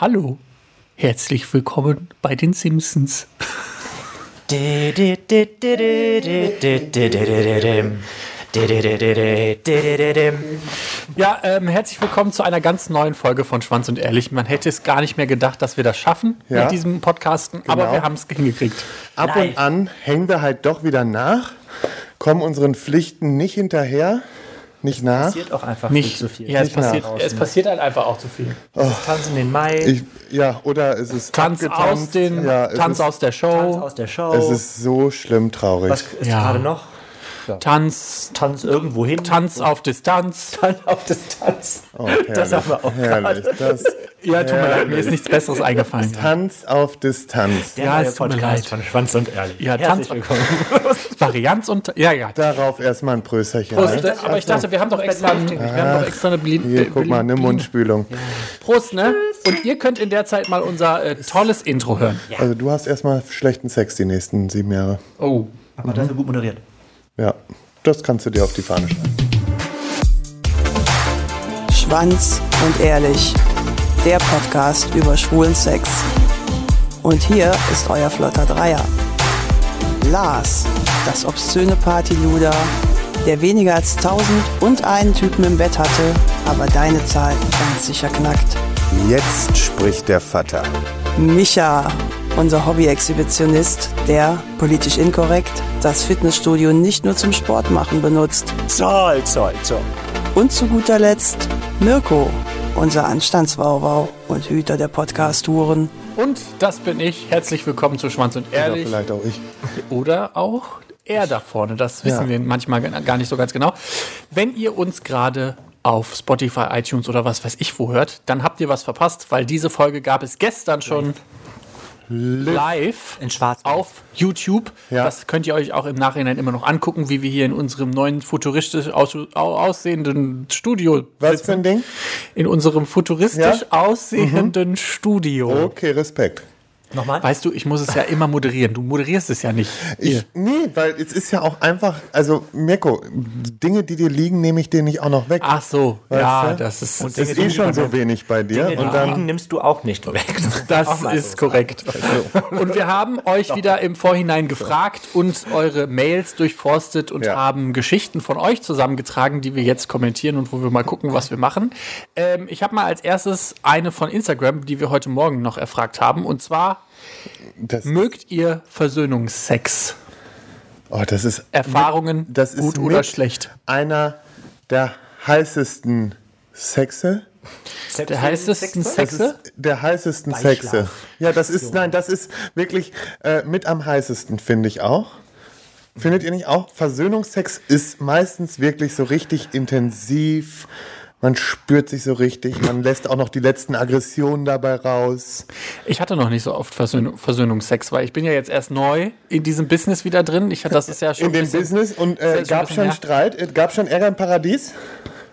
Hallo, herzlich willkommen bei den Simpsons. Ja, ähm, herzlich willkommen zu einer ganz neuen Folge von Schwanz und Ehrlich. Man hätte es gar nicht mehr gedacht, dass wir das schaffen Ja. mit diesem Podcasten, aber Genau. wir haben es hingekriegt. Ab und an hängen wir halt doch wieder nach, kommen unseren Pflichten nicht hinterher, nicht nach. passiert auch einfach Nicht, nicht so viel. ja, es Nicht nach passiert, draußen. es passiert halt einfach auch zu viel. Das Tanz in den Mai, Ich, ja, oder es ist Tanz abgetanzt. aus den, ja, es Tanz ist, aus der Tanz Show, aus der Show. Es ist so schlimm traurig. was ist Ja. gerade noch? Tanz, Tanz irgendwo hin. Tanz auf Distanz. Tanz auf Distanz. Oh, herrlich, das haben wir auch herrlich. Das Ja, tut mir leid, mir ist nichts Besseres eingefallen. Tanz auf Distanz. Der Ja, neue es tut mir Podcast leid. von Schwanz und Ehrlich. Ja, Herzlich Tanz- willkommen. Varianz und, ja, ja. Darauf erstmal ein Prösterchen. Prost, ne? äh, aber ich dachte, wir haben doch extra, wir haben doch extra eine Bli- Hier, guck mal, eine Mundspülung. Prost, ne? Und ihr könnt in der Zeit mal unser äh, tolles Intro hören. Also du hast erstmal schlechten Sex die nächsten sieben Jahre. Oh. Aber dafür gut moderiert. Ja, das kannst du dir auf die Fahne schreiben. Schwanz und ehrlich. Der Podcast über schwulen Sex. Und hier ist euer flotter Dreier. Lars, das obszöne Partyluder, der weniger als 1000 und einen Typen im Bett hatte, aber deine Zahl ganz sicher knackt. Jetzt spricht der Vater. Micha, unser Hobby-Exhibitionist, der, politisch inkorrekt, das Fitnessstudio nicht nur zum Sport machen benutzt. Zoll, Zoll, Zoll. Und zu guter Letzt Mirko, unser Anstandswauwau und Hüter der Podcast-Touren. Und das bin ich. Herzlich willkommen zu Schwanz und Ja, Ehrlich. vielleicht auch ich. Oder auch er da vorne. Das wissen Ja. wir manchmal g- gar nicht so ganz genau. Wenn ihr uns gerade auf Spotify, iTunes oder was weiß ich wo hört, dann habt ihr was verpasst, weil diese Folge gab es gestern schon live In schwarz. auf YouTube. Ja. Das könnt ihr euch auch im Nachhinein immer noch angucken, wie wir hier in unserem neuen futuristisch aus au- aussehenden Studio Was für ein Ding? in unserem futuristisch Ja? Mhm. Oh. aussehenden Studio. Okay, Respekt. Nochmal? Weißt du, ich muss es ja immer moderieren. Du moderierst es ja nicht. Ich, nee, weil es ist ja auch einfach, also Mirko, Dinge, die dir liegen, nehme ich dir nicht auch noch weg. Ach so, Weißt ja, du? das ist, es ist eh schon so wenig bei dir. Den und dann, Liegen nimmst du auch nicht weg. das ist korrekt. Und wir haben euch wieder im Vorhinein gefragt und eure Mails durchforstet und Ja. haben Geschichten von euch zusammengetragen, die wir jetzt kommentieren und wo wir mal gucken, was wir machen. Ähm, ich habe mal als erstes eine von Instagram, die wir heute Morgen noch erfragt haben. Und zwar, das, mögt ihr Versöhnungssex? oh, das ist Erfahrungen, Das ist gut mit- oder schlecht? einer der heißesten Sexe. Der heißt es ein Sexe? Der heißesten Sexe. Ja, das ist, nein, das ist wirklich äh, mit am heißesten, finde ich auch. Findet ihr nicht auch? Versöhnungsex ist meistens wirklich so richtig intensiv. Man spürt sich so richtig. Man lässt auch noch die letzten Aggressionen dabei raus. Ich hatte noch nicht so oft Versöhnung, Versöhnungsex, weil ich bin ja jetzt erst neu in diesem Business wieder drin. Ich hatte das ist ja schon In dem ein bisschen- Business und äh, schon ein gab bisschen schon her. Streit, es gab schon Ärger im Paradies.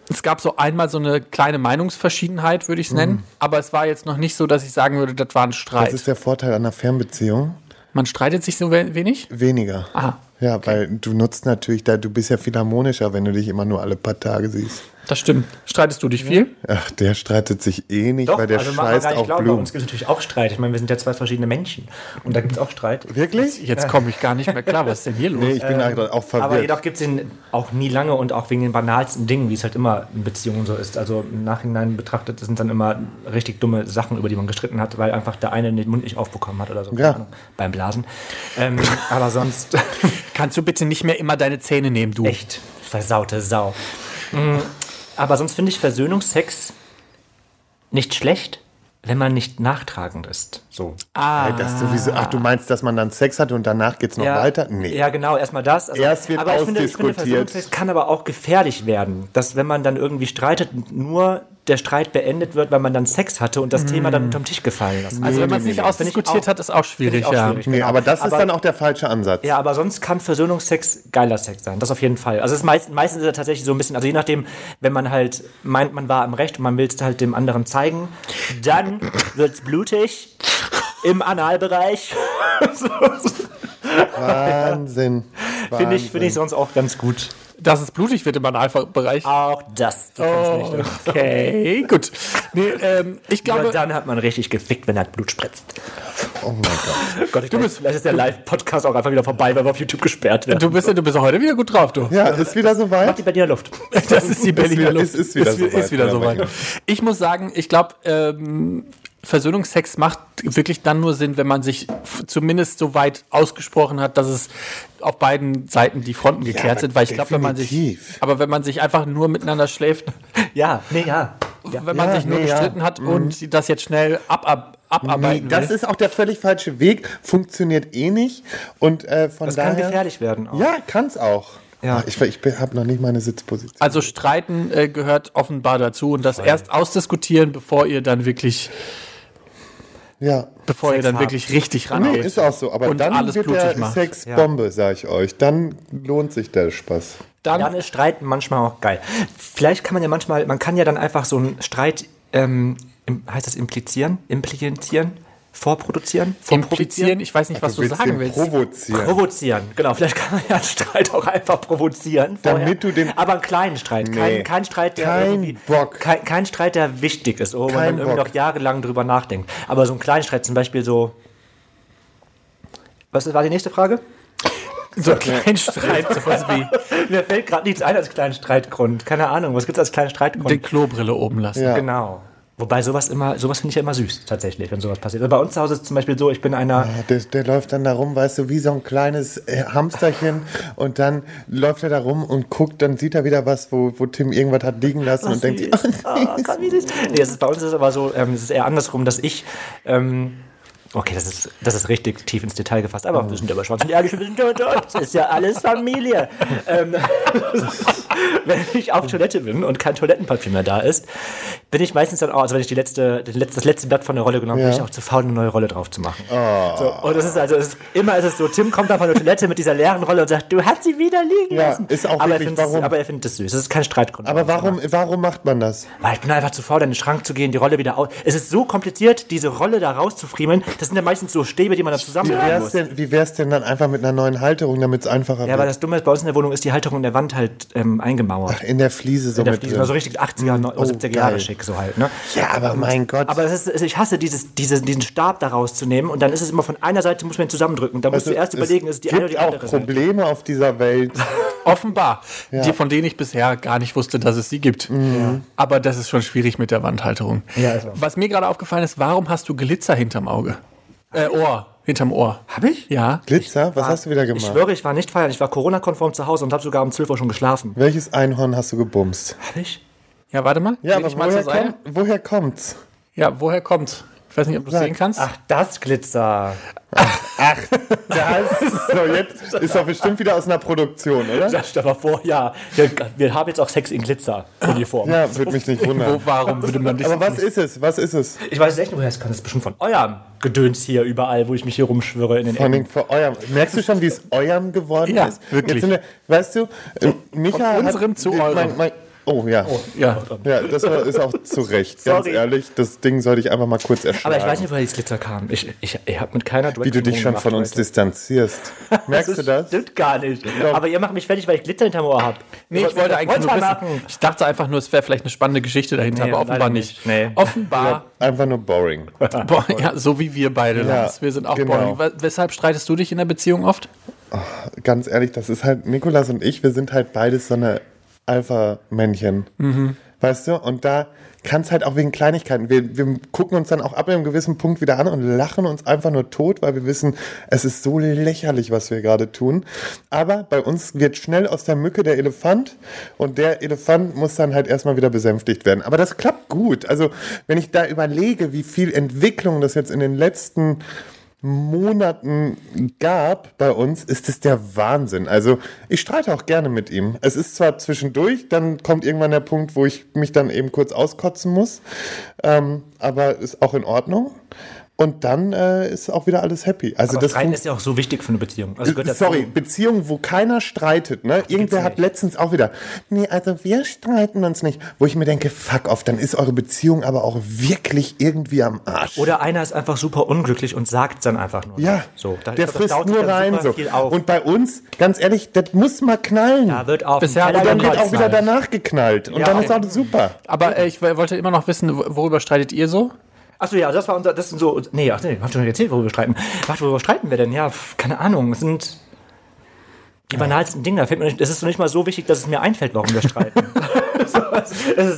Es gab so einmal so eine kleine Meinungsverschiedenheit, würde ich es nennen. Aber es war jetzt noch nicht so, dass ich sagen würde, das war ein Mhm. Das Streit. ist der Vorteil einer Fernbeziehung. Man streitet sich so we- wenig? Weniger. Ah, Ja, weil du nutzt natürlich, da du bist ja viel harmonischer, wenn du dich immer nur alle paar Tage siehst. das stimmt. Streitest du dich viel? Ach, der streitet sich eh nicht, Doch, weil der also mag man scheißt gar nicht auf glauben, bei Blumen. uns gibt es natürlich auch Streit. Ich meine, wir sind ja zwei verschiedene Menschen. Und da gibt es auch Streit. Wirklich? Jetzt komme ich gar nicht mehr klar. Was ist denn hier los? Nee, ich bin halt auch äh, Aber verwirrt. jedoch gibt es ihn auch nie lange und auch wegen den banalsten Dingen, wie es halt immer in Beziehungen so ist. Also im Nachhinein betrachtet sind dann immer richtig dumme Sachen, über die man gestritten hat, weil einfach der eine den Mund nicht aufbekommen hat oder so. Ja. Keine Ahnung, Beim Blasen. Ähm, aber sonst Kannst du bitte nicht mehr immer deine Zähne nehmen, du? echt versaute Sau. Mm, Aber sonst finde ich Versöhnungsex nicht schlecht, wenn man nicht nachtragend ist. So. Ey, das sowieso, ach, du meinst, dass man dann Sex hatte und danach geht's noch weiter? Nee. Ja, genau, erstmal das. Also, Erst wird aber ich finde, ich finde, ausdiskutiert. Versöhnungsex kann aber auch gefährlich werden, dass wenn man dann irgendwie streitet, nur der Streit beendet wird, weil man dann Sex hatte und das Thema dann unterm Tisch gefallen ist. also wenn man es nicht ausdiskutiert auch- hat, ist auch schwierig, ich auch ja. schwierig. nee, genau. aber das ist Aber- dann auch der falsche Ansatz. Ja, aber sonst kann Versöhnungsex geiler Sex sein. Das auf jeden Fall. Also es ist meist, meistens ist er tatsächlich so ein bisschen, also je nachdem, wenn man halt meint, man war im Recht und man will es halt dem anderen zeigen, dann wird's blutig im Analbereich. so, so. Wahnsinn. Finde ich, Wahnsinn. find ich sonst auch ganz gut. Dass es blutig wird im Analbereich. Auch das. Du kennst Oh. mich, du. Okay, gut. Nee, ähm, ich Aber glaube, dann hat man richtig gefickt, wenn er Blut spritzt. Oh mein Gott. Gott, ich glaub, bist- vielleicht ist der Live-Podcast auch einfach wieder vorbei, weil wir auf YouTube gesperrt werden. du bist, ja- du bist ja heute wieder gut drauf, du. Ja, ist wieder soweit. Also, die bei dir Luft. Das ist die Berliner wieder- Luft. ist- ist wieder wi- soweit, Ist wieder ja, mein soweit. Gott. Ich muss sagen, ich glaube, ähm, Versöhnungsex macht wirklich dann nur Sinn, wenn man sich f- zumindest so weit ausgesprochen hat, dass es auf beiden Seiten die Fronten geklärt aber sind, weil ich glaube, wenn man sich, definitiv. aber wenn man sich einfach nur miteinander schläft, Ja, nee, ja. wenn man Ja, sich nur nee, ja. Mhm. gestritten hat und das jetzt schnell ab, ab, abarbeiten das will. ist auch der völlig falsche Weg. Funktioniert eh nicht. Und äh, von Das daher. kann gefährlich werden. Auch. Ja, kann's auch. Ja. Ach, Ich, ich habe noch nicht meine Sitzposition. Also Streiten äh, gehört offenbar dazu und das erst ausdiskutieren, bevor ihr dann wirklich, ja. bevor ihr Sex dann habt. wirklich richtig Nee, rangeht. ist auch so. Aber und dann alles wird blutig der macht. Sex Bombe, sag ich euch. Dann lohnt sich der Spaß. Dann ist Streiten manchmal auch geil. Vielleicht kann man ja manchmal, man kann ja dann einfach so einen Streit, ähm, im, heißt das implizieren? Implizieren? Vorproduzieren? implizieren. Ich weiß nicht, was du willst sagen den willst. provozieren. Provozieren, genau. Vielleicht kann man ja einen Streit auch einfach provozieren. Damit du den- Aber einen kleinen Streit. Nee. Kein, kein Streit, der Kein irgendwie- Bock. Kein, kein Streit, der wichtig ist, wo man Kein dann irgendwie Bock. noch jahrelang drüber nachdenkt. Aber so einen kleinen Streit, zum Beispiel so. Was war die nächste Frage? so ein kleinen Streit, sowas wie Mir fällt gerade nichts ein als kleinen Streitgrund. Keine Ahnung, was gibt es als kleinen Streitgrund? die Klobrille oben lassen. Ja. Genau. Wobei sowas immer, sowas finde ich ja immer süß, tatsächlich, wenn sowas passiert. Also bei uns zu Hause ist zum Beispiel so, ich bin einer. Ah, Der, der läuft dann da rum, weißt du, wie so ein kleines äh, Hamsterchen. Und dann läuft er da rum und guckt, dann sieht er wieder was, wo, wo Tim irgendwas hat liegen lassen und denkt, sich, Süß. Ah, Gott, wie süß. Nee, das ist, bei uns ist es aber so, ähm, es ist eher andersrum, dass ich. Ähm, okay, das ist, das ist richtig tief ins Detail gefasst, aber wir sind aber schwarz und ehrlich, wir sind unter uns. Ist ja alles Familie. ähm, wenn ich auf Toilette bin und kein Toilettenpapier mehr da ist, bin ich meistens dann auch, also wenn ich die letzte, den letz- das letzte Blatt von der Rolle genommen habe, Ja. Ah. bin ich auch zu faul, eine neue Rolle drauf zu machen. So, und es ist also, es ist, immer ist es so, Tim kommt dann von der Toilette mit dieser leeren Rolle und sagt, du hast sie wieder liegen Ja, lassen. ist auch aber, er wirklich, find's- warum? aber er findet es süß, das ist kein Streitgrund. aber warum, warum macht man das? Weil ich bin einfach zu faul, in den Schrank zu gehen, die Rolle wieder aus. Es ist so kompliziert, diese Rolle da rauszufriemeln. Das sind ja meistens so Stäbe, die man da Wie zusammenreiben wär's muss. denn, wie wär's denn dann einfach mit einer neuen Halterung, damit es einfacher Ja, aber wird? das Dumme ist, bei uns in der Wohnung ist die Halterung in der Wand halt ähm, eingemauert. In der Fliese so Der mit Fliesen war so drin. richtig 80er, neu- Oh, 70er Jahre geil. schick, so halt. Ne? Ja, aber mein Gott. Aber es ist, es- ich hasse dieses, diese, diesen Stab da rauszunehmen und dann ist es immer von einer Seite, muss man ihn zusammendrücken. Da musst Also, du erst es überlegen, ist die eine oder die gibt auch andere Seite. Probleme auf dieser Welt. Offenbar. Die, von denen ich bisher gar nicht wusste, dass es sie gibt. Mhm. Aber das ist schon schwierig mit der Wandhalterung. Ja, ist auch. Was mir gerade aufgefallen ist, warum hast du Glitzer hinterm Auge? Äh, Ohr. Hinterm Ohr. Hab ich? Ja. Glitzer, was hast du wieder Ich gemacht? schwöre, ich war nicht feiern. Ich war Corona-konform zu Hause und habe sogar um 12 Uhr schon geschlafen. Welches Einhorn hast du gebumst? Hab ich? Ja, warte mal. Dreh Ja, aber dich mal zur woher, Seite. kommt, woher kommt's? Ja, woher kommt's? Ich weiß nicht, ob du es sehen kannst. Ach, das Glitzer. Das, so, jetzt ist doch bestimmt wieder aus einer Produktion, oder? Das stell mal vor, ja. Wir, wir haben jetzt auch Sex in Glitzer-Uniform. Ja, würde mich nicht wundern. Wo, warum würde man dich Aber was ist es? Was ist es? Ich weiß es echt nicht, woher es kommt. Das ist bestimmt von eurem Gedöns hier überall, wo ich mich hier rumschwöre in den Vor allen Ecken. Dingen vor eurem. Merkst du schon, wie es eurem geworden Ja, ist? wirklich. Jetzt sind wir, weißt du, äh, Micha Von unserem hat, zu eurem. Mein, mein, oh ja. Ja. Ja, das war, ist auch zu Recht. Ganz Sorry. ehrlich, das Ding sollte ich einfach mal kurz erschlagen. Aber ich weiß nicht, woher das Glitzer kam. Ich, ich, ich habe mit keiner wie du dich schon von uns distanzierst. Merkst du das? Genau. Stimmt gar nicht. Aber ihr macht mich fertig, weil ich Glitzer hinterm Ohr habe. Nee, ich wollte eigentlich nur wissen. Ich dachte einfach nur, es wäre vielleicht eine spannende Geschichte dahinter, Nee, aber offenbar leider nicht. nicht. Nee. Offenbar, Einfach nur boring. boah, ja, so wie wir beide, Lars. Wir sind auch genau. boring. We- Weshalb streitest du dich in der Beziehung oft? Ganz ehrlich, das ist halt, Nikolas und ich, wir sind halt beides so eine Alpha-Männchen. Weißt du? Und da kann es halt auch wegen Kleinigkeiten. Wir, wir gucken uns dann auch ab einem gewissen Punkt wieder an und lachen uns einfach nur tot, weil wir wissen, es ist so lächerlich, was wir gerade tun. Aber bei uns wird schnell aus der Mücke der Elefant und der Elefant muss dann halt erstmal wieder besänftigt werden. Aber das klappt gut. Also, wenn ich da überlege, wie viel Entwicklung das jetzt in den letzten Monaten gab bei uns, ist es der Wahnsinn. Also ich streite auch gerne mit ihm. Es ist zwar zwischendurch, dann kommt irgendwann der Punkt, wo ich mich dann eben kurz auskotzen muss, ähm, aber ist auch in Ordnung. und dann äh, ist auch wieder alles happy. Also Aber das Streiten fun- ist ja auch so wichtig für eine Beziehung. Also gehört dazu. Sorry, Beziehung, wo keiner streitet, ne? Irgendwer ja hat nicht. letztens auch wieder, nee, also wir streiten uns nicht. Wo ich mir denke, fuck off, dann ist eure Beziehung aber auch wirklich irgendwie am Arsch. Oder einer ist einfach super unglücklich und sagt dann einfach nur. ja, so. Da- der das frisst staut sich nur dann rein super so. Viel auf. Und bei uns, ganz ehrlich, das muss mal knallen. da wird auf Bisher- den Und Und dann Teller wird auch wieder geknallt. danach geknallt. Und Ja. dann ist auch super. Aber äh, ich w- wollte immer noch wissen, wo- worüber streitet ihr so? Achso, ja, das war unser, das sind so, nee, ach nee, hab schon erzählt, worüber wir streiten. Warte, worüber streiten wir denn? Ja, pf, keine Ahnung, es sind die banalsten Dinge. Da fällt mir nicht, es ist noch nicht mal so wichtig, dass es mir einfällt, warum wir streiten. So, es- es-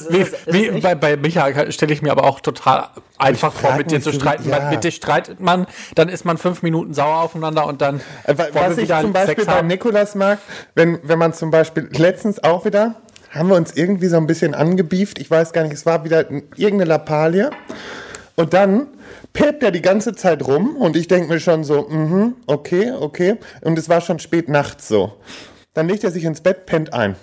es- es- es- Wie, bei, bei Micha stelle ich mir aber auch total einfach vor, frag mit dir mich zu so, streiten. ja. Mit dir streitet man, dann ist man fünf Minuten sauer aufeinander und dann Äh, wa- wollen Was wir ich zum Beispiel Sex bei haben. Nikolas mag, wenn, wenn man zum Beispiel letztens auch wieder, haben wir uns irgendwie so ein bisschen angebieft, ich weiß gar nicht, es war wieder n- irgendeine Lappalie. Und dann pippt er die ganze Zeit rum und ich denke mir schon so, mhm, okay, okay. Und es war schon spät nachts so. Dann legt er sich ins Bett, pennt ein.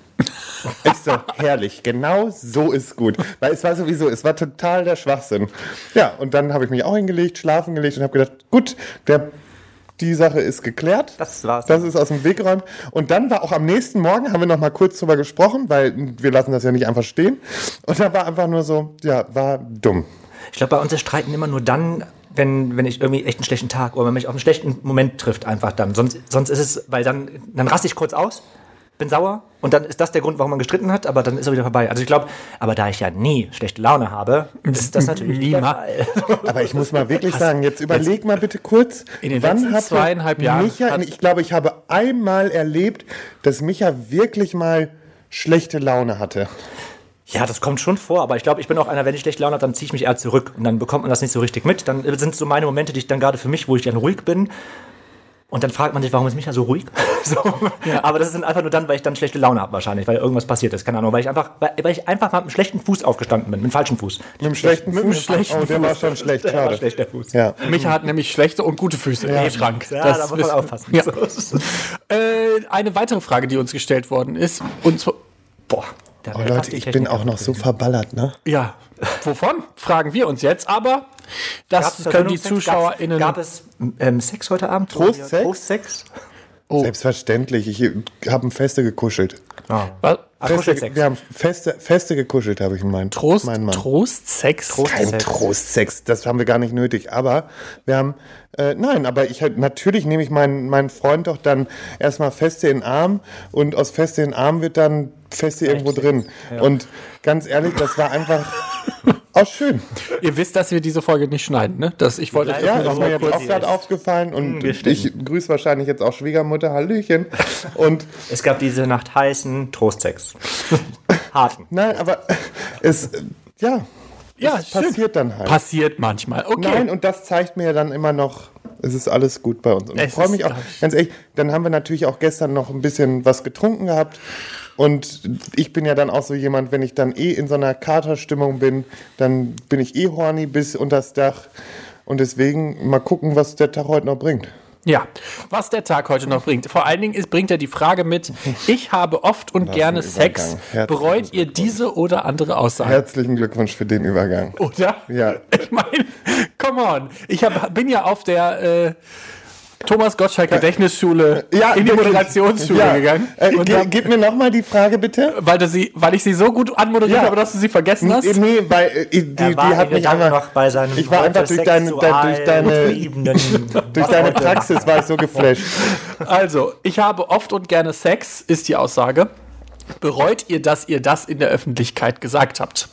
Ist so herrlich. Genau so ist gut. Weil es war sowieso, es war total der Schwachsinn. Ja, und dann habe ich mich auch hingelegt, schlafen gelegt und habe gedacht, gut, der, die Sache ist geklärt. Das war's. Das ist aus dem Weg geräumt. Und dann war auch am nächsten Morgen, haben wir noch mal kurz drüber gesprochen, weil wir lassen das ja nicht einfach stehen. Und da war einfach nur so, ja, war dumm. Ich glaube, bei uns ist Streiten immer nur dann, wenn, wenn ich irgendwie echt einen schlechten Tag oder wenn mich auf einen schlechten Moment trifft, einfach dann. Sonst, sonst ist es, weil dann, dann raste ich kurz aus, bin sauer und dann ist das der Grund, warum man gestritten hat, aber dann ist er wieder vorbei. Also ich glaube, aber da ich ja nie schlechte Laune habe, ist das natürlich nie der Niemals. Fall. Aber ich muss mal wirklich sagen, jetzt überleg mal bitte kurz, In den letzten hat zweieinhalb Jahren Micha, hat- ich glaube, ich habe einmal erlebt, dass Micha wirklich mal schlechte Laune hatte. Ja, das kommt schon vor, aber ich glaube, ich bin auch einer, wenn ich schlechte Laune habe, dann ziehe ich mich eher zurück und dann bekommt man das nicht so richtig mit. Dann äh, sind so meine Momente, die ich dann gerade für mich, wo ich dann ruhig bin. Und dann fragt man sich, warum ist Micha so ruhig? so. Aber das ist einfach nur dann, weil ich dann schlechte Laune habe wahrscheinlich, weil irgendwas passiert ist, keine Ahnung, weil ich einfach, weil, weil ich einfach mal mit einem schlechten Fuß aufgestanden bin, mit einem falschen Fuß. Mit dem schlechten mit dem Fuß. schlechten oh, der war schon schlecht, Der war schade. schlecht, der Fuß. Ja. Micha hat nämlich schlechte und gute Füße im Schrank. Ja, Das da muss man wissen- aufpassen. Ja. So. Äh, eine weitere Frage, die uns gestellt worden ist, und zwar, Boah. da- Oh, da passt Leute, die ich bin Technik auch auch noch so verballert, ne? ja, wovon? Fragen wir uns jetzt, aber das Gab's können die Versöhnungsex? ZuschauerInnen. Gab es ähm, Sex heute Abend? Trostsex? Trostsex? Oh. Selbstverständlich, ich habe ein Feste gekuschelt. Was? Ah, Feste, Kuschelsex. wir haben Feste, Feste gekuschelt, habe ich meinen. Trost, meinen Mann. Trostsex? Kein Sex. Trostsex, das haben wir gar nicht nötig. Aber wir haben, äh, nein, aber ich halt, natürlich nehme ich meinen, meinen Freund doch dann erstmal feste in den Arm und aus feste in den Arm wird dann feste irgendwo drin. Und ganz ehrlich, das war einfach auch schön. Ihr wisst, dass wir diese Folge nicht schneiden, ne? Das, ich wollte euch Ja, das nur ist mir mal jetzt kurz Hm, auch gerade aufgefallen und ich grüße wahrscheinlich jetzt auch Schwiegermutter, Hallöchen. Und Es gab diese Nacht heißen Trostsex. Harten. nein, aber es, ja, Ja, es schön. passiert dann halt. Passiert manchmal. Okay. Nein, und das zeigt mir ja dann immer noch, es ist alles gut bei uns. Und ich Es freue ist, mich auch, glaub ich- ganz ehrlich, dann haben wir natürlich auch gestern noch ein bisschen was getrunken gehabt. Und ich bin ja dann auch so jemand, wenn ich dann eh in so einer Katerstimmung bin, dann bin ich eh horny bis unters Dach. Und deswegen mal gucken, was der Tag heute noch bringt. Ja, was der Tag heute noch bringt. Vor allen Dingen ist, bringt er die Frage mit, ich habe oft und gerne Sex. Übergang. Herzlichen Bereut ihr diese oder andere Aussage? Herzlichen Glückwunsch für den Übergang. Oder? Ja. Ich meine, come on. Ich hab, bin ja auf der äh, Thomas Gottschalk Gedächtnisschule in die wirklich. Moderationsschule Ja. gegangen. Äh, und ge hab, gib mir nochmal die Frage bitte. weil, du sie, weil ich sie so gut anmoderiert Ja. habe, dass du sie vergessen hast. Nee, weil äh, die, die, die hat mich einfach. noch bei seinem ich war einfach durch, deine, durch deine Durch deine Praxis war ich so geflasht. Also, ich habe oft und gerne Sex, ist die Aussage. Bereut ihr, dass ihr das in der Öffentlichkeit gesagt habt?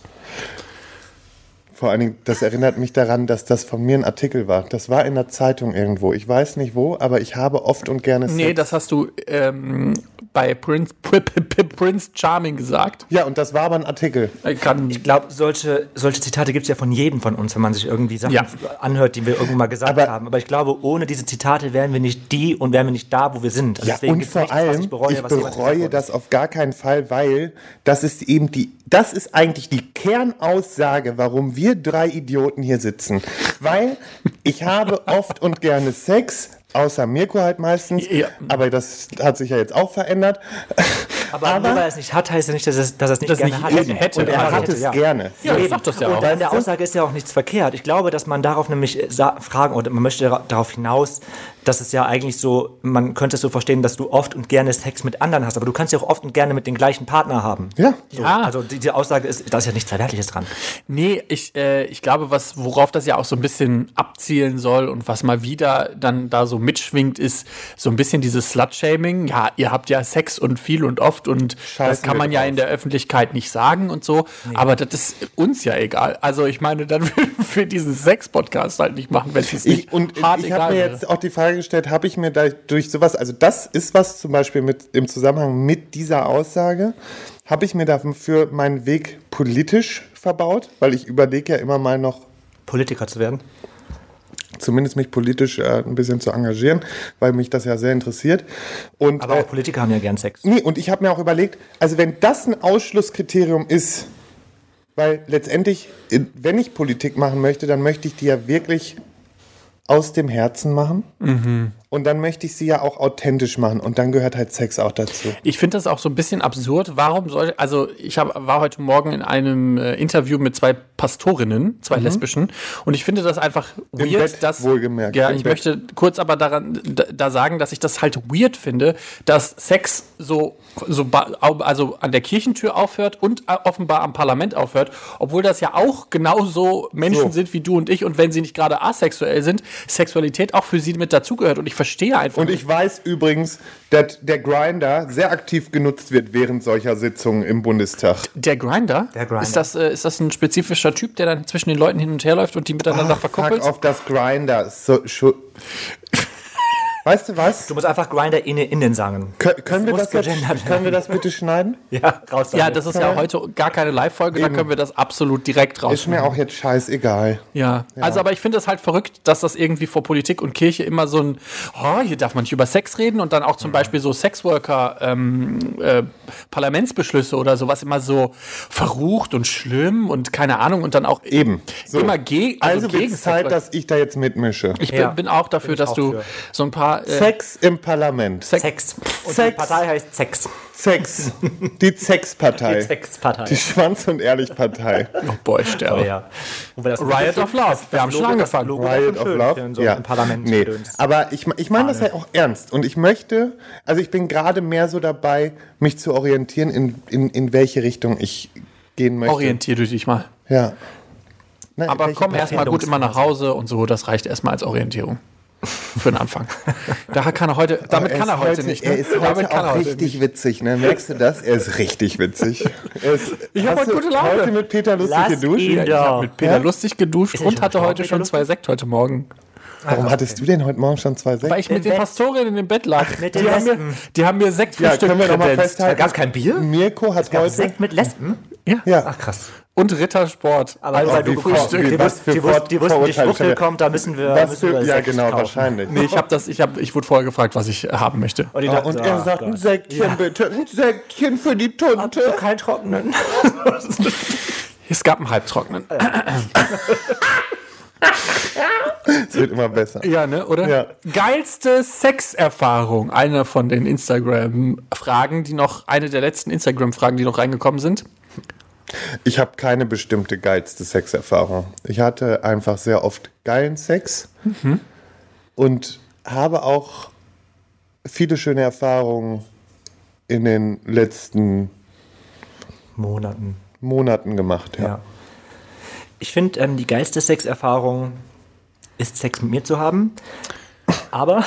Vor allen Dingen, das erinnert mich daran, dass das von mir ein Artikel war. Das war in der Zeitung irgendwo. Ich weiß nicht wo, aber ich habe oft und gerne Sex. Nee, das hast du ähm, bei Prince, Pri- Pri- Pri- Prince Charming gesagt. ja, und das war aber ein Artikel. Äh, Kann, Ich glaube, solche, solche Zitate gibt es ja von jedem von uns, wenn man sich irgendwie Sachen Ja. anhört, die wir irgendwann mal gesagt Aber- haben. Aber ich glaube, ohne diese Zitate wären wir nicht die und wären wir nicht da, wo wir sind. Also Ja, deswegen und gibt's vor nichts, was allem, ich bereue, was jemals gesagt worden ist. das auf gar keinen Fall, weil das ist eben die, das ist eigentlich die Kernaussage, warum wir drei Idioten hier sitzen. Weil ich habe oft und gerne Sex, außer Mirko halt meistens, Ja. aber das hat sich ja jetzt auch verändert. Aber, nur weil er es nicht hat, heißt ja nicht, dass er es, dass er es nicht Dass gerne nicht hat. eben hätte. Und er Ja, hat es ja. gerne. Ja, ich Eben. sag das ja auch. Und in Weißt der du? Aussage ist ja auch nichts verkehrt. Ich glaube, dass man darauf nämlich äh, sa- fragen oder man möchte dara- darauf hinaus, dass es ja eigentlich so, man könnte es so verstehen, dass du oft und gerne Sex mit anderen hast, aber du kannst ja auch oft und gerne mit den gleichen Partner haben. Ja. So, Ah. Also die- diese Aussage ist, da ist ja nichts Verwerfliches dran. Nee, ich, äh, ich glaube, was, worauf das ja auch so ein bisschen abzielen soll und was mal wieder dann da so mitschwingt, ist so ein bisschen dieses Slut-Shaming. Ja, ihr habt ja Sex und viel und oft und das Scheißen kann wir man ja drauf. in der Öffentlichkeit nicht sagen und so. Aber das ist uns ja egal. Also ich meine, dann würden wir diesen Sex-Podcast halt nicht machen, wenn es uns nicht Ich, und hart ich egal ne? habe mir wäre. jetzt auch die Frage gestellt, habe ich mir da durch sowas, also das ist was zum Beispiel mit, im Zusammenhang mit dieser Aussage, habe ich mir dafür meinen Weg politisch verbaut, weil ich überlege ja immer mal noch, Politiker zu werden. zumindest mich politisch äh, ein bisschen zu engagieren, weil mich das ja sehr interessiert. Und, Aber äh, auch Politiker haben ja gern Sex. Nee, und ich habe mir auch überlegt, also wenn das ein Ausschlusskriterium ist, weil letztendlich, äh, wenn ich Politik machen möchte, dann möchte ich die ja wirklich aus dem Herzen machen. Und dann möchte ich sie ja auch authentisch machen. Und dann gehört halt Sex auch dazu. Ich finde das auch so ein bisschen absurd. Warum soll, also ich hab, war heute Morgen in einem äh, Interview mit zwei Pastorinnen, zwei lesbischen, und ich finde das einfach weird, Mhm. Bett, dass. wohlgemerkt, Ja, im ich Bett. möchte kurz aber daran da, da sagen, dass ich das halt weird finde, dass Sex so, so ba- au- also an der Kirchentür aufhört und äh, offenbar am Parlament aufhört, obwohl das ja auch genauso Menschen So. sind wie du und ich und wenn sie nicht gerade asexuell sind, Sexualität auch für sie mit dazugehört. Und ich verstehe einfach Und ich weiß übrigens, dass der Grinder sehr aktiv genutzt wird während solcher Sitzungen im Bundestag. Der Grinder? Der Grindr. Ist das, äh, ist das ein spezifischer Typ, der dann zwischen den Leuten hin und her läuft und die miteinander verkoppelt? Ah, Fuck auf das Grinder. So, schu- weißt du was? Du musst einfach Grinder in, in den sagen. Kö- können, wir muss das jetzt, gegendert können wir das bitte schneiden? Ja, raus Ja, damit. das ist ja heute gar keine Live-Folge, da können wir das absolut direkt raus. Ist mir auch jetzt scheißegal. ja. Also, aber ich finde es halt verrückt, dass das irgendwie vor Politik und Kirche immer so ein, oh, hier darf man nicht über Sex reden und dann auch zum Beispiel so Sexworker, ähm, äh, Parlamentsbeschlüsse oder sowas immer so verrucht und schlimm und keine Ahnung und dann auch Eben. So. immer ge Also, gegen wird Zeit, Sexworker. dass ich da jetzt mitmische. Ich bin, Ja. bin auch dafür, dass auch du für. so ein paar. Äh, Sex im Parlament. Sex. Und die Sex. Partei heißt Sex. Sex. Die Sexpartei. Die Sexpartei. Die Schwanz- und Ehrlich-Partei. oh boy, sterbe. ja. Und wenn das- Riot of Love. Wir haben schon Logo- angefangen. das Logo war Riot schon of schön Love. für in So ja. Im Parlament. Nee. Gedöns. Aber ich, ich meine das ja auch ernst. Und ich möchte, also ich bin gerade mehr so dabei, mich zu orientieren, in, in, in welche Richtung ich gehen möchte. Orientier du dich mal. Ja. Nein, Aber welche komm erstmal gut Empfindungs- immer nach Hause und so, das reicht erstmal als Orientierung. Für den Anfang. Da kann er heute, damit Er kann ist er heute, nicht. Ne? Er ist damit heute kann er auch heute richtig nicht. witzig, ne? Merkst du das? Er ist richtig witzig. Er ist, Ich hab Hast heute du gute Laune. Heute mit Peter lustig Lass geduscht. ihn. Ich habe mit Peter Ja? lustig geduscht er und schon hatte gestorben, heute Peter schon Lustig? zwei Sekt heute Morgen. Warum hattest du denn heute Morgen schon zwei Weil Sekt? ich mit Im den Bett. Pastorinnen im Bett lag. mit die, den haben mir, Lesben. die haben mir Sekt für Stück können wir noch mal kredenzt. festhalten? Da gab es kein Bier? Mirko hat Gab heute. es Sekt mit Lesben? Ja. Ach krass. Und Rittersport. Aber Also, weil wie du gekocht Frau- wie die, was wus- für die, wus- Vor- die wussten, die Vorurteile schon Schwuchtel wieder. kommt, da müssen wir. Was müssen wir für, ja, Sekt genau, kaufen. wahrscheinlich. nee, ich habe das, ich, hab, ich wurde vorher gefragt, was ich äh, haben möchte. Und, die Ah, dachten Und so, er ah, sagt, klar. ein Sektchen bitte, ein Sektchen für die Tunte. kein trockenen. Es gab einen halbtrockenen. Es wird immer besser. Ja, ne, oder? Ja. Geilste Sexerfahrung. Eine von den Instagram-Fragen, die noch, eine der letzten Instagram-Fragen, die noch reingekommen sind. Ich habe keine bestimmte geilste Sexerfahrung. Ich hatte einfach sehr oft geilen Sex und habe auch viele schöne Erfahrungen in den letzten Monaten. Monaten gemacht. Ja. Ja. Ich finde, ähm, die geilste Sexerfahrung ist Sex mit mir zu haben. Aber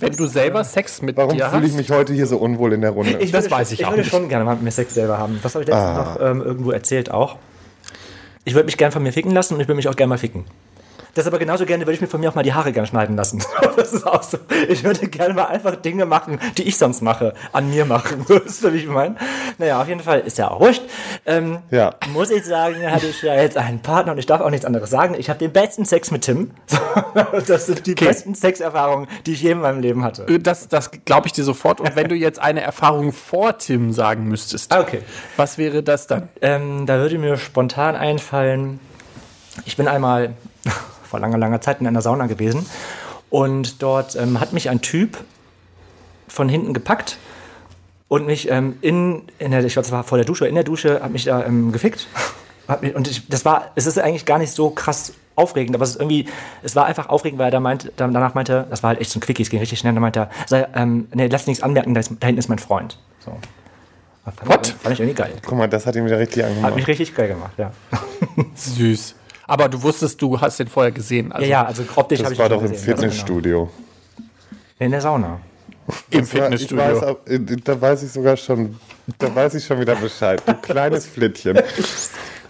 Wenn du selber Sex mit Warum dir fühle ich hast, mich heute hier so unwohl in der Runde? Das würde schon- weiß ich auch Ich würde nicht. schon gerne mal mit mir Sex selber haben. Was habe ich letztens noch ähm, irgendwo erzählt auch? Ich würde mich gerne von mir ficken lassen und ich würde mich auch gerne mal ficken. Das aber genauso gerne würde ich mir von mir auch mal die Haare gerne schneiden lassen. Das ist auch so. Ich würde gerne mal einfach Dinge machen, die ich sonst mache, an mir machen. Weißt du, wie ich meine? Naja, auf jeden Fall ist ja auch wurscht. Ähm, Ja. Muss ich sagen, hatte ich ja jetzt einen Partner und ich darf auch nichts anderes sagen. Ich habe den besten Sex mit Tim. Das sind die besten Sexerfahrungen, die ich je in meinem Leben hatte. äh, das, das glaube ich dir sofort. Und wenn du jetzt eine Erfahrung vor Tim sagen müsstest, Ah, okay. was wäre das dann? Ähm, da würde mir spontan einfallen, ich bin einmal vor langer, langer Zeit in einer Sauna gewesen und dort ähm, hat mich ein Typ von hinten gepackt und mich ähm, in, in der, ich glaube, das war vor der Dusche, in der Dusche, hat mich da ähm, gefickt. Hab mich, und ich, das war, es ist eigentlich gar nicht so krass aufregend, aber es ist irgendwie, es war einfach aufregend, weil er da meint, dann- danach meinte, das war halt echt so ein Quickie, es ging richtig schnell, dann meinte er, sei, ähm, nee, lass nichts anmerken, da, ist, da hinten ist mein Freund. So. Fand, What? Ich, fand ich irgendwie geil. Guck mal, das hat ihn wieder richtig Hat angemacht. mich richtig geil gemacht, ja. Süß. Aber du wusstest, du hast den vorher gesehen. Also ja, ja, also optisch habe Das ich war ihn doch im gesehen, ja, genau. Fitnessstudio. In der Sauna. im Ja, ich Fitnessstudio. weiß, ab- äh, da weiß ich sogar schon, da weiß ich schon wieder Bescheid. Du kleines Flittchen.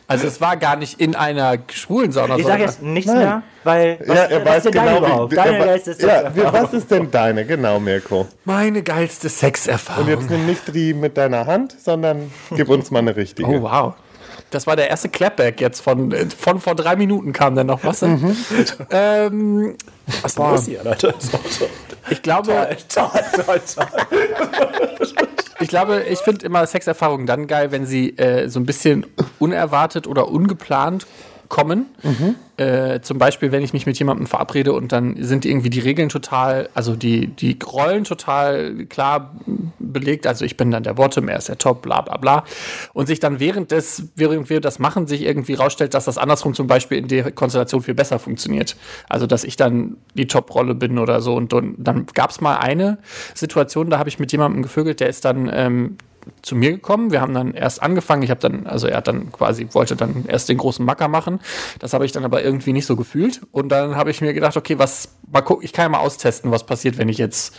also es war gar nicht in einer schwulen Sauna. Ich sage sondern- jetzt nichts Nein. mehr, weil ja, er weiß denn deine genau, überhaupt? wie, Deine er, Geist ist Oh, ja, wie, was ist denn deine? Genau, Mirko. meine geilste Sexerfahrung. Und jetzt nimm nicht die mit deiner Hand, sondern gib uns mal eine richtige. Oh, wow. Das war der erste Clapback jetzt von, von vor drei Minuten kam dann noch was. ähm, Was ist denn los hier, Leute? ich glaube, Toll, toll, toll. ich glaube, ich finde immer Sexerfahrungen dann geil, wenn sie äh, so ein bisschen unerwartet oder ungeplant kommen. Äh, zum Beispiel, wenn ich mich mit jemandem verabrede und dann sind irgendwie die Regeln total, also die, die Rollen total klar belegt. Also ich bin dann der Bottom, er ist der Top, bla bla bla. Und sich dann während des, während wir das machen, sich irgendwie rausstellt, dass das andersrum zum Beispiel in der Konstellation viel besser funktioniert. Also dass ich dann die Top-Rolle bin oder so. Und, dann- dann gab es mal eine Situation, da habe ich mit jemandem gevögelt, der ist dann ähm, zu mir gekommen. Wir haben dann erst angefangen. Ich habe dann, also er hat dann quasi, wollte dann erst den großen Macker machen. Das habe ich dann aber irgendwie nicht so gefühlt. Und dann habe ich mir gedacht, okay, was, mal gucken, ich kann ja mal austesten, was passiert, wenn ich jetzt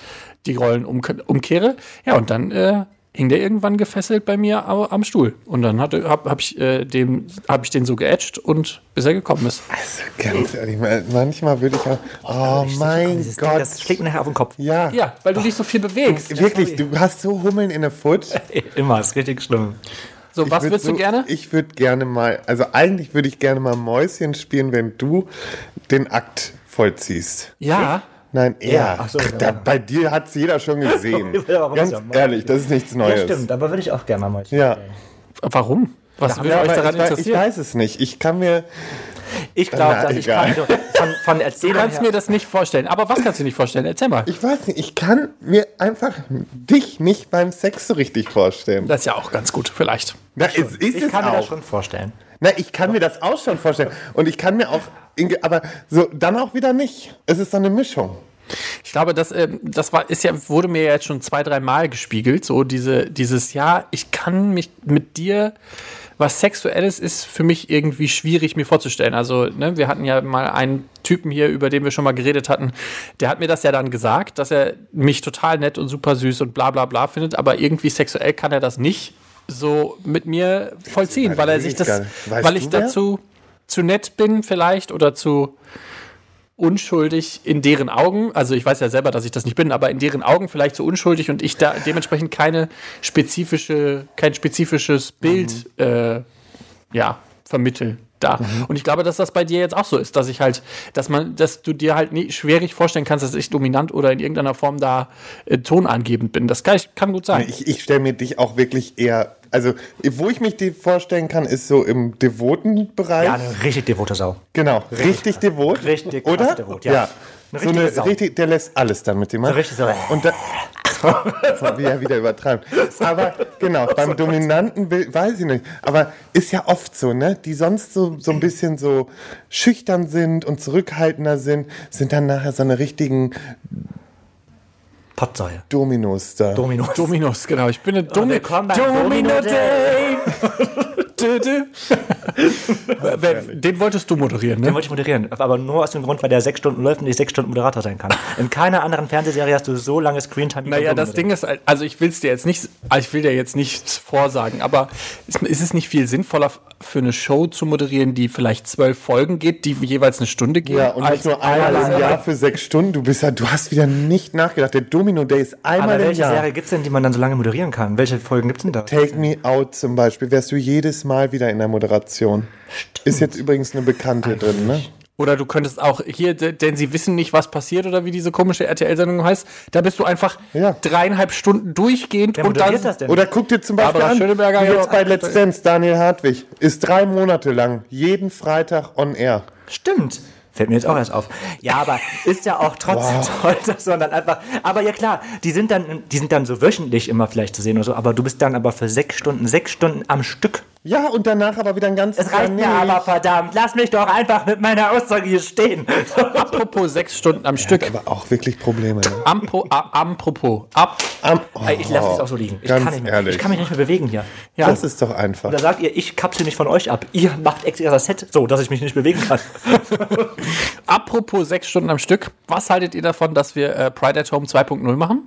die Rollen um, umkehre. Ja, und dann äh, hing der irgendwann gefesselt bei mir am, am Stuhl. Und dann hatte, hab, hab ich, äh, dem, hab ich den so geätscht und bis er gekommen ist. Ah. Also Ganz ehrlich, man- manchmal würde ich auch. Oh mein Dieses Ding, Gott. das schlägt mir nachher auf den Kopf. ja. Ja, weil du dich so viel bewegst. Wirklich, du hast so Hummeln in der Foot. Immer, ist richtig schlimm. So, was würd willst so, du gerne? Ich würde gerne mal, also eigentlich würde ich gerne mal Mäuschen spielen, wenn du den Akt vollziehst. Ja. Nein, er. ach so, Ach, da, bei dir hat es jeder schon gesehen. Ja, aber Ganz ist ja Mäuschen. ehrlich, das ist nichts Ja, Neues. stimmt, aber würde ich auch gerne mal. Ja. Warum? Was würde Ja, euch aber daran ich, wei- ich interessieren? weiß es nicht. Ich kann mir. Ich glaube, Na, dass ich egal. kann, so von, von Du Erzählern kannst her, mir das nicht vorstellen. Aber was kannst du nicht vorstellen? Erzähl mal. Ich weiß nicht, ich kann mir einfach dich nicht beim Sex so richtig vorstellen. Das ist ja auch ganz gut, vielleicht. Na, es ist ich es kann mir das auch. schon vorstellen. Na, ich kann mir das auch schon vorstellen. Und ich kann mir auch. in- Aber so, dann auch wieder nicht. Es ist so eine Mischung. Ich glaube, das, ähm, das war, ist ja, wurde mir jetzt schon zwei, drei Mal gespiegelt. So diese, dieses, ja, ich kann mich mit dir, was Sexuelles ist für mich irgendwie schwierig mir vorzustellen. Also, ne, wir hatten ja mal einen Typen hier, über den wir schon mal geredet hatten. Der hat mir das ja dann gesagt, dass er mich total nett und super süß und bla bla bla findet, aber irgendwie sexuell kann er das nicht so mit mir vollziehen, Alter, weil er weiß sich ich das, gar nicht. Weißt weil ich du wer? dazu zu nett bin vielleicht oder zu unschuldig in deren Augen, also ich weiß ja selber, dass ich das nicht bin, aber in deren Augen vielleicht so unschuldig und ich da dementsprechend keine spezifische, kein spezifisches Bild äh, ja, vermittel da. Und ich glaube, dass das bei dir jetzt auch so ist, dass ich halt, dass man, dass du dir halt nie schwierig vorstellen kannst, dass ich dominant oder in irgendeiner Form da äh, tonangebend bin. Das kann, ich, kann gut sein. Ich, ich stelle mir dich auch wirklich eher. Also, wo ich mich dir vorstellen kann, ist so im devoten Bereich. Ja, eine richtig devote Sau. genau, richtig devot. Richtig krass oder? devot, ja. ja. Eine so richtige eine, Sau. richtig, der lässt alles dann mit dem Mann. So richtig so, äh. Und da, das war wieder, wieder übertreiben. Aber genau, Oh beim dominanten Bild, weiß ich nicht. Aber ist ja oft so, ne? Die sonst so, so ein bisschen so schüchtern sind und zurückhaltender sind, sind dann nachher so eine richtigen Pattsäue. Dominos da. Domino. Dominos, genau. Ich bin eine Domi willkommen beim Domino Day. Dö, dö. Wer- Den wolltest du moderieren, Den ne? wollte ich moderieren, aber nur aus dem Grund, weil der sechs Stunden läuft und ich sechs Stunden Moderator sein kann. In keiner anderen Fernsehserie hast du so lange Screentime. wie beim Naja, Domino das Day. Ding ist, also ich will es dir jetzt nicht, also ich will dir jetzt nichts vorsagen, aber ist, ist es nicht viel sinnvoller für eine Show zu moderieren, die vielleicht zwölf Folgen geht, die jeweils eine Stunde gehen? Ja, und als nicht nur einmal im Jahr für sechs Stunden. Du bist ja, du hast wieder nicht nachgedacht. Der Domino Day ist Aber einmal im welche Jahr. Serie gibt es denn, die man dann so lange moderieren kann? Welche Folgen gibt es denn da? Take Me Out zum Beispiel, wärst du jedes Mal wieder in der Moderation. Ist jetzt übrigens eine Bekannte drin, ne? Oder du könntest auch hier, de- denn sie wissen nicht, was passiert oder wie diese komische RTL-Sendung heißt, da bist du einfach Ja. dreieinhalb Stunden durchgehend Wer und dann moderiert das denn? Oder guck dir zum Beispiel Barbara an, Schöneberger, wie ja. jetzt bei Let's Dance, Daniel Hartwig, ist drei Monate lang, jeden Freitag on air. Stimmt. Fällt mir jetzt auch erst auf. Ja, aber ist ja auch trotzdem toll, dass man dann einfach. Aber ja klar, die sind dann, die sind dann so wöchentlich immer vielleicht zu sehen oder so, aber du bist dann aber für sechs Stunden, sechs Stunden am Stück. Ja, und danach aber wieder ein ganzes Es reicht mir Jahr nicht. aber verdammt, lass mich doch einfach mit meiner Aussage hier stehen. Apropos sechs Stunden am Stück. Aber auch wirklich Probleme. Ne? Ampo, a, apropos. Ab, Am- oh, ich lasse es auch so liegen. Ich ganz kann, nicht mehr, ehrlich. ich kann mich nicht mehr bewegen hier. ja. Das ist doch einfach. Da sagt ihr, ich kapsel mich von euch ab. Ihr macht extra das Set so, dass ich mich nicht bewegen kann. apropos sechs Stunden am Stück. Was haltet ihr davon, dass wir äh, Pride at Home 2.0 machen?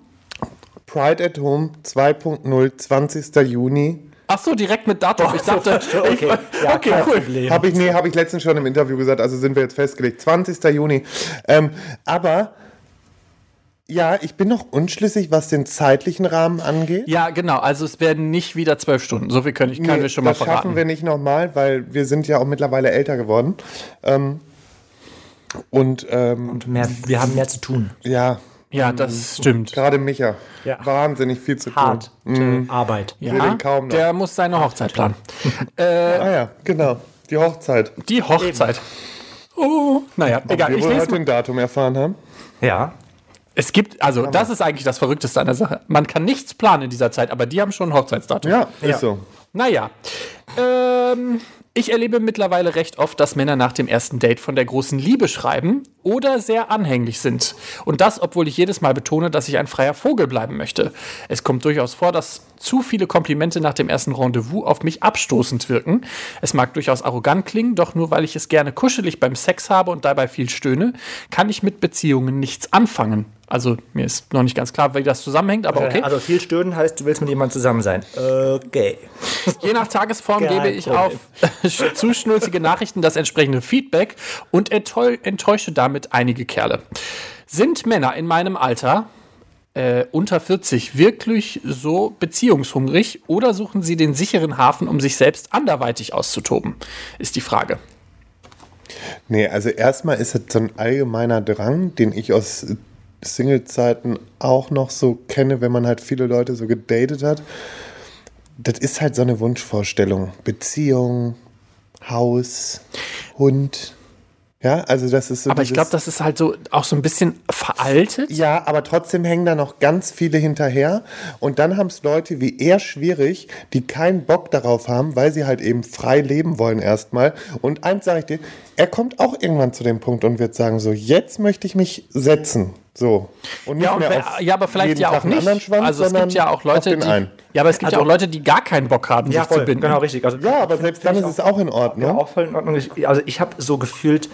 Pride at Home 2.0, 20. Juni. Ach so, direkt mit Datum. Ich dachte, ich, okay, ja, okay kein cool. Problem. Habe ich, nee, hab ich letztens schon im Interview gesagt, also sind wir jetzt festgelegt. 20. Juni. Ähm, aber ja, ich bin noch unschlüssig, was den zeitlichen Rahmen angeht. Ja, genau. Also es werden nicht wieder zwölf Stunden. So viel können ich, kann Nee, ich schon mal das schaffen verraten. wir nicht nochmal, weil wir sind ja auch mittlerweile älter geworden. Ähm, und ähm, Und mehr, Mhm. wir haben mehr zu tun. ja, ja, das stimmt. gerade Micha. Ja. Wahnsinnig viel zu tun. Hart. Arbeit. will Ja, den kaum noch. der muss seine Hochzeit planen. Ah ja, genau. Die Hochzeit. Die Hochzeit. Oh, naja, egal. wir Ich wohl lese heute mal. ein Datum erfahren haben. Ja. Es gibt, also das ist eigentlich das Verrückteste an der Sache. Man kann nichts planen in dieser Zeit, aber die haben schon ein Hochzeitsdatum. Ja, ist so. Naja. Ähm, ich erlebe mittlerweile recht oft, dass Männer nach dem ersten Date von der großen Liebe schreiben oder sehr anhänglich sind. Und das, obwohl ich jedes Mal betone, dass ich ein freier Vogel bleiben möchte. Es kommt durchaus vor, dass zu viele Komplimente nach dem ersten Rendezvous auf mich abstoßend wirken. Es mag durchaus arrogant klingen, doch nur weil ich es gerne kuschelig beim Sex habe und dabei viel stöhne, kann ich mit Beziehungen nichts anfangen. Also mir ist noch nicht ganz klar, wie das zusammenhängt, aber okay. Also viel stöhnen heißt, du willst mit jemandem zusammen sein. Okay. Je nach Tagesform Kein gebe ich auf Problem. zuschnulzige Nachrichten das entsprechende Feedback und enttäu- enttäusche damit einige Kerle. Sind Männer in meinem Alter äh, unter 40 wirklich so beziehungshungrig oder suchen sie den sicheren Hafen, um sich selbst anderweitig auszutoben? Ist die Frage. Nee, also erstmal ist es so ein allgemeiner Drang, den ich aus äh, Single-Zeiten auch noch so kenne, wenn man halt viele Leute so gedatet hat. Das ist halt so eine Wunschvorstellung. Beziehung, Haus, Hund. Ja, also das ist so. Aber ich dieses- glaube, das ist halt so auch so ein bisschen veraltet. Ja, aber trotzdem hängen da noch ganz viele hinterher. Und dann haben es Leute wie eher schwierig, die keinen Bock darauf haben, weil sie halt eben frei leben wollen erstmal. Und eins sage ich dir, er kommt auch irgendwann zu dem Punkt und wird sagen, so, jetzt möchte ich mich setzen. So. Und nicht Ja, und mehr wer- auf ja, aber vielleicht jeden ja Tag auch einen nicht. anderen Schwanz, also es sondern gibt ja auch auf Leute, den die, einen. Also ja, aber es gibt ja auch Leute, die gar keinen Bock haben, Ja, sich zu voll. binden. Genau, richtig. Also, Ja, aber selbst dann ist es auch in Ja, Ordnung. auch voll in Ordnung. Ich, also ich habe so gefühlt,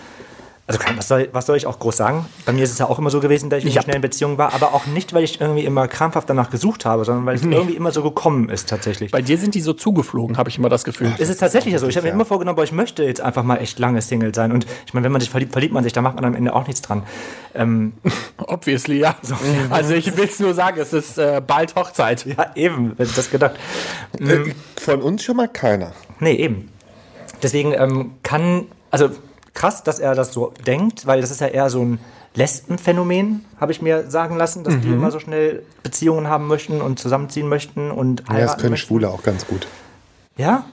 also kann- was soll, was soll ich auch groß sagen? Bei mir ist es ja auch immer so gewesen, dass ich Ja. in schnellen Beziehungen war, aber auch nicht, weil ich irgendwie immer krampfhaft danach gesucht habe, sondern weil es irgendwie immer so gekommen ist tatsächlich. Bei dir sind die so zugeflogen, habe ich immer das Gefühl. es ist tatsächlich so. Ich habe mir immer vorgenommen, boah, ich möchte jetzt einfach mal echt lange Single sein. Und ich meine, wenn man sich verliebt, verliebt man sich, da macht man am Ende auch nichts dran. Obviously, ja. Also ich will es nur sagen, es ist äh, bald Hochzeit. Ja, eben, wer hätte das gedacht. Äh, Von uns schon mal keiner. Nee, eben. Deswegen ähm, kann, also krass, dass er das so denkt, weil das ist ja eher so ein Lesbenphänomen, habe ich mir sagen lassen, dass Mhm. die immer so schnell Beziehungen haben möchten und zusammenziehen möchten und heiraten Ja, das Mhm. können möchten. Schwule auch ganz gut. Ja?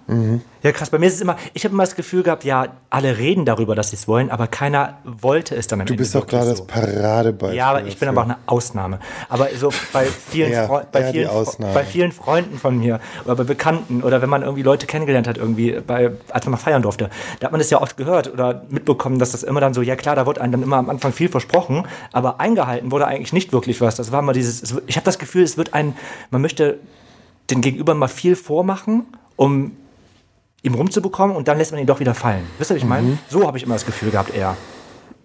Ja, krass. Bei mir ist es immer, ich habe immer das Gefühl gehabt, ja, alle reden darüber, dass sie es wollen, aber keiner wollte es dann am Du bist doch gerade das Paradebeispiel. ja, aber ich bin dafür. aber auch eine Ausnahme. Aber so bei vielen, Ja, Freu- bei, eher die vielen Fre- Ausnahme. bei vielen Freunden von mir oder bei Bekannten oder wenn man irgendwie Leute kennengelernt hat, irgendwie bei, als man mal feiern durfte, da hat man das ja oft gehört oder mitbekommen, dass das immer dann so, ja klar, da wurde einem dann immer am Anfang viel versprochen, aber eingehalten wurde eigentlich nicht wirklich was. Das war mal dieses, es w- ich habe das Gefühl, es wird ein, man möchte den Gegenüber mal viel vormachen, um ihm rumzubekommen und dann lässt man ihn doch wieder fallen. Wisst ihr, was ich meine? Mhm. So habe ich immer das Gefühl gehabt, eher.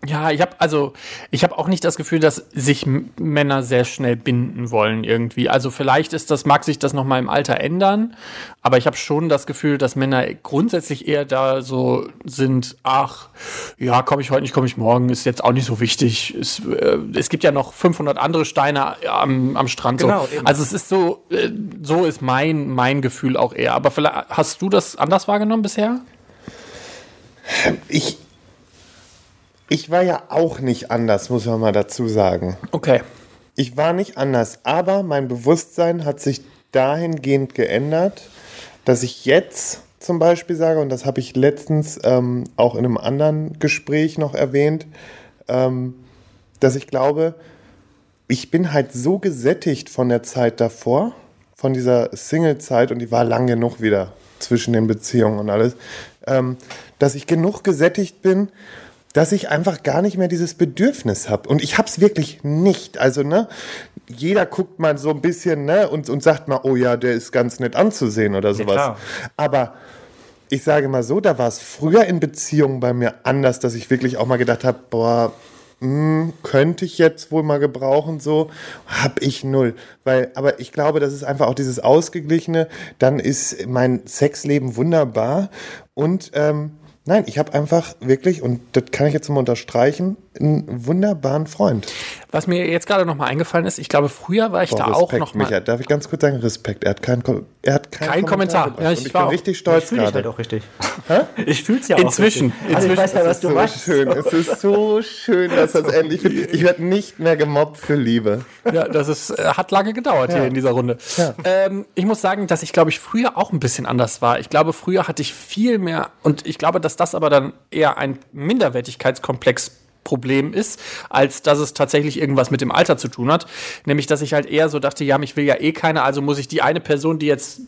Ja, ich habe also ich habe auch nicht das Gefühl, dass sich M- Männer sehr schnell binden wollen irgendwie. Also vielleicht ist das mag sich das noch mal im Alter ändern, aber ich habe schon das Gefühl, dass Männer grundsätzlich eher da so sind, ach, ja, komme ich heute nicht, komme ich morgen, ist jetzt auch nicht so wichtig. Es, äh, es gibt ja noch 500 andere Steine am, am Strand Genau, so. eben. Also es ist so äh, so ist mein mein Gefühl auch eher, aber vielleicht hast du das anders wahrgenommen bisher? Ich, ich war ja auch nicht anders, muss man mal dazu sagen. Okay. Ich war nicht anders, aber mein Bewusstsein hat sich dahingehend geändert, dass ich jetzt zum Beispiel sage, und das habe ich letztens ähm, auch in einem anderen Gespräch noch erwähnt, ähm, dass ich glaube, ich bin halt so gesättigt von der Zeit davor, von dieser Single-Zeit, und die war lang genug wieder zwischen den Beziehungen und alles, ähm, dass ich genug gesättigt bin, dass ich einfach gar nicht mehr dieses Bedürfnis habe. Und ich habe es wirklich nicht. Also, ne, jeder guckt mal so ein bisschen, ne, und, und sagt mal, oh ja, der ist ganz nett anzusehen oder sowas. klar. Aber ich sage mal so, da war es früher in Beziehungen bei mir anders, dass ich wirklich auch mal gedacht habe, boah, hm, könnte ich jetzt wohl mal gebrauchen, so habe ich null. Weil, aber ich glaube, das ist einfach auch dieses Ausgeglichene, dann ist mein Sexleben wunderbar. Und ähm, nein, ich habe einfach wirklich, und das kann ich jetzt mal unterstreichen, einen wunderbaren Freund. Was mir jetzt gerade nochmal eingefallen ist, ich glaube, früher war ich da auch Oh, Respekt, noch mal. Micha. Darf ich ganz kurz sagen, Respekt. Er hat keinen Ko- er hat keinen Kein Kommentar. gebracht. Ja, ich und ich war bin auch- richtig stolz fühle ich halt gerade. auch richtig. Ich fühle es ja Inzwischen. auch richtig. Also ich Inzwischen. weiß ja, was du so machst. schön. Es ist so schön, dass das endlich. Ich werde nicht mehr gemobbt für Liebe. Ja, das ist, äh, hat lange gedauert hier in dieser Runde. Ähm, ich muss sagen, dass ich, glaube ich, früher auch ein bisschen anders war. Ich glaube, früher hatte ich viel mehr, und ich glaube, dass das aber dann eher ein Minderwertigkeitskomplex. Problem ist, als dass es tatsächlich irgendwas mit dem Alter zu tun hat. Nämlich, dass ich halt eher so dachte, ja, mich will ja eh keiner, also muss ich die eine Person, die jetzt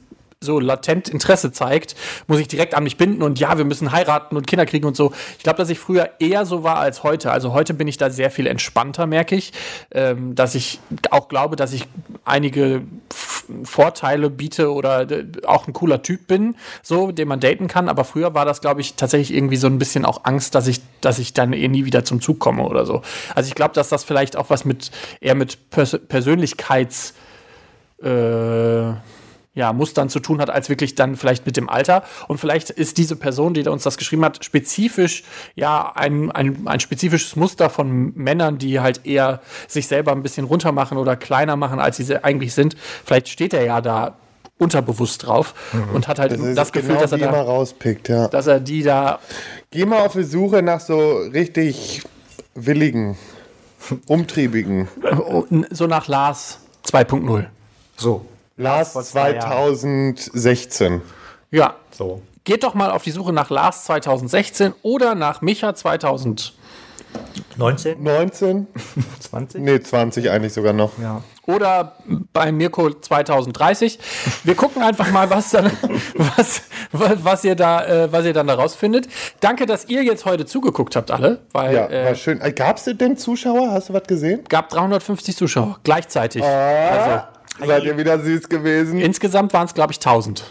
so latent Interesse zeigt, muss ich direkt an mich binden und ja, wir müssen heiraten und Kinder kriegen und so. Ich glaube, dass ich früher eher so war als heute. Also heute bin ich da sehr viel entspannter, merke ich, ähm, dass ich auch glaube, dass ich einige F- Vorteile biete oder äh, auch ein cooler Typ bin, so, den man daten kann. Aber früher war das, glaube ich, tatsächlich irgendwie so ein bisschen auch Angst, dass ich, dass ich dann eh nie wieder zum Zug komme oder so. Also ich glaube, dass das vielleicht auch was mit eher mit Pers Persönlichkeits äh, ja, Mustern zu tun hat, als wirklich dann vielleicht mit dem Alter. Und vielleicht ist diese Person, die da uns das geschrieben hat, spezifisch, ja, ein, ein, ein spezifisches Muster von Männern, die halt eher sich selber ein bisschen runter machen oder kleiner machen, als sie se- eigentlich sind. Vielleicht steht er ja da unterbewusst drauf und hat halt das, Mhm. ist Gefühl, dass, er die immer da, rauspickt, ja. dass er die da Geh mal auf die Suche nach so richtig willigen, umtriebigen. oh, n- so nach Lars 2.0. So. Lars vor zwei 2016. Ja. So. Geht doch mal auf die Suche nach Lars 2016 oder nach Micha 2000. 19, 19? 20? Nee, 20 eigentlich sogar noch. Ja. oder bei Mirko 2030. Wir gucken einfach mal, was, dann, was, was, ihr da, äh, was ihr dann da rausfindet. Danke, dass ihr jetzt heute zugeguckt habt, alle, weil Ja, äh, war schön. Äh, Gab's denn Zuschauer? Hast du was gesehen? gab 350 Zuschauer gleichzeitig. Also, Seid ihr wieder süß gewesen? insgesamt waren es, glaube ich, 1000.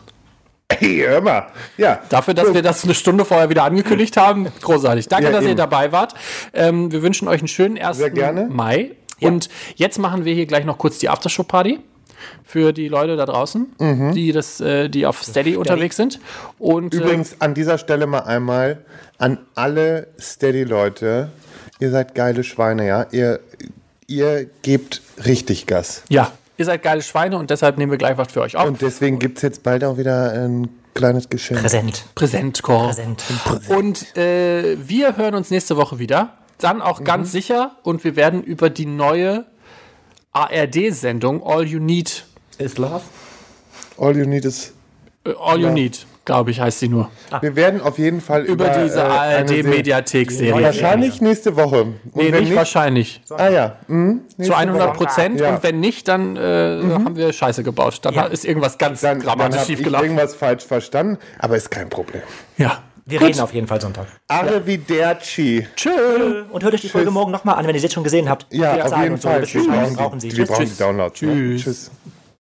Hey, hör mal. Ja. Dafür, dass wir das eine Stunde vorher wieder angekündigt haben, großartig. Danke, Ja, dass ihr eben. dabei wart. Ähm, wir wünschen euch einen schönen 1. gerne. Mai. Und jetzt machen wir hier gleich noch kurz die Aftershow-Party für die Leute da draußen, Mhm. die, das, äh, die auf Steady unterwegs sind. Und äh, Übrigens an dieser Stelle mal einmal an alle Steady-Leute. Ihr seid geile Schweine, ja. Ihr, ihr gebt richtig Gas. Ja, ihr seid geile Schweine und deshalb nehmen wir gleich was für euch auf. Und deswegen gibt's jetzt bald auch wieder ein kleines Geschenk. Präsent. Präsent, Cor. Präsent. Und äh, wir hören uns nächste Woche wieder. Dann Mhm. auch ganz sicher und wir werden über die neue ARD-Sendung All You Need, Ist Love? All you need is. äh, All You Need, glaube ich, heißt sie nur. Wir werden auf jeden Fall über, Über diese äh, eine Serie- ARD-Mediathek-Serie. Wahrscheinlich nächste Woche. Und Nee, nicht wahrscheinlich. ah ja. Mhm. Zu 100 Prozent. Ja. Mhm. Und wenn nicht, dann äh, haben wir Scheiße gebaut. Dann ist irgendwas ganz Dann, dann dramatisch habe ich schiefgelaufen. irgendwas falsch verstanden, aber ist kein Problem. Ja. Wir reden auf jeden Fall Sonntag. Arrivederci. Und hört euch die Folge morgen nochmal an, wenn ihr sie jetzt schon gesehen habt. Ja, Wir auf zahlen jeden und so. Fall. Wir wissen Bescheid, Wir was brauchen sie. die, wir Tschüss, brauchen tschüss. die Downloads. ne? Tschüss. Tschüss.